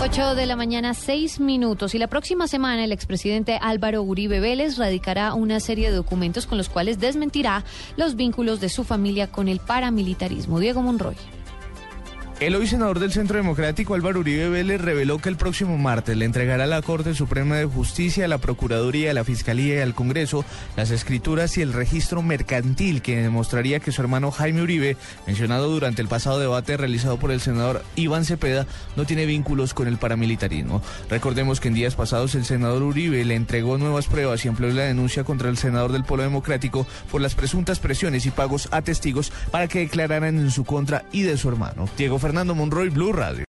8 de la mañana, 6 minutos. Y la próxima semana el expresidente Álvaro Uribe Vélez radicará una serie de documentos con los cuales desmentirá los vínculos de su familia con el paramilitarismo. Diego Monroy. El hoy senador del Centro Democrático Álvaro Uribe Vélez reveló que el próximo martes le entregará a la Corte Suprema de Justicia, a la Procuraduría, a la Fiscalía y al Congreso las escrituras y el registro mercantil que demostraría que su hermano Jaime Uribe, mencionado durante el pasado debate realizado por el senador Iván Cepeda, no tiene vínculos con el paramilitarismo. Recordemos que en días pasados el senador Uribe le entregó nuevas pruebas y empleó la denuncia contra el senador del Polo Democrático por las presuntas presiones y pagos a testigos para que declararan en su contra y de su hermano. Diego Fernando Monroy, Blue Radio.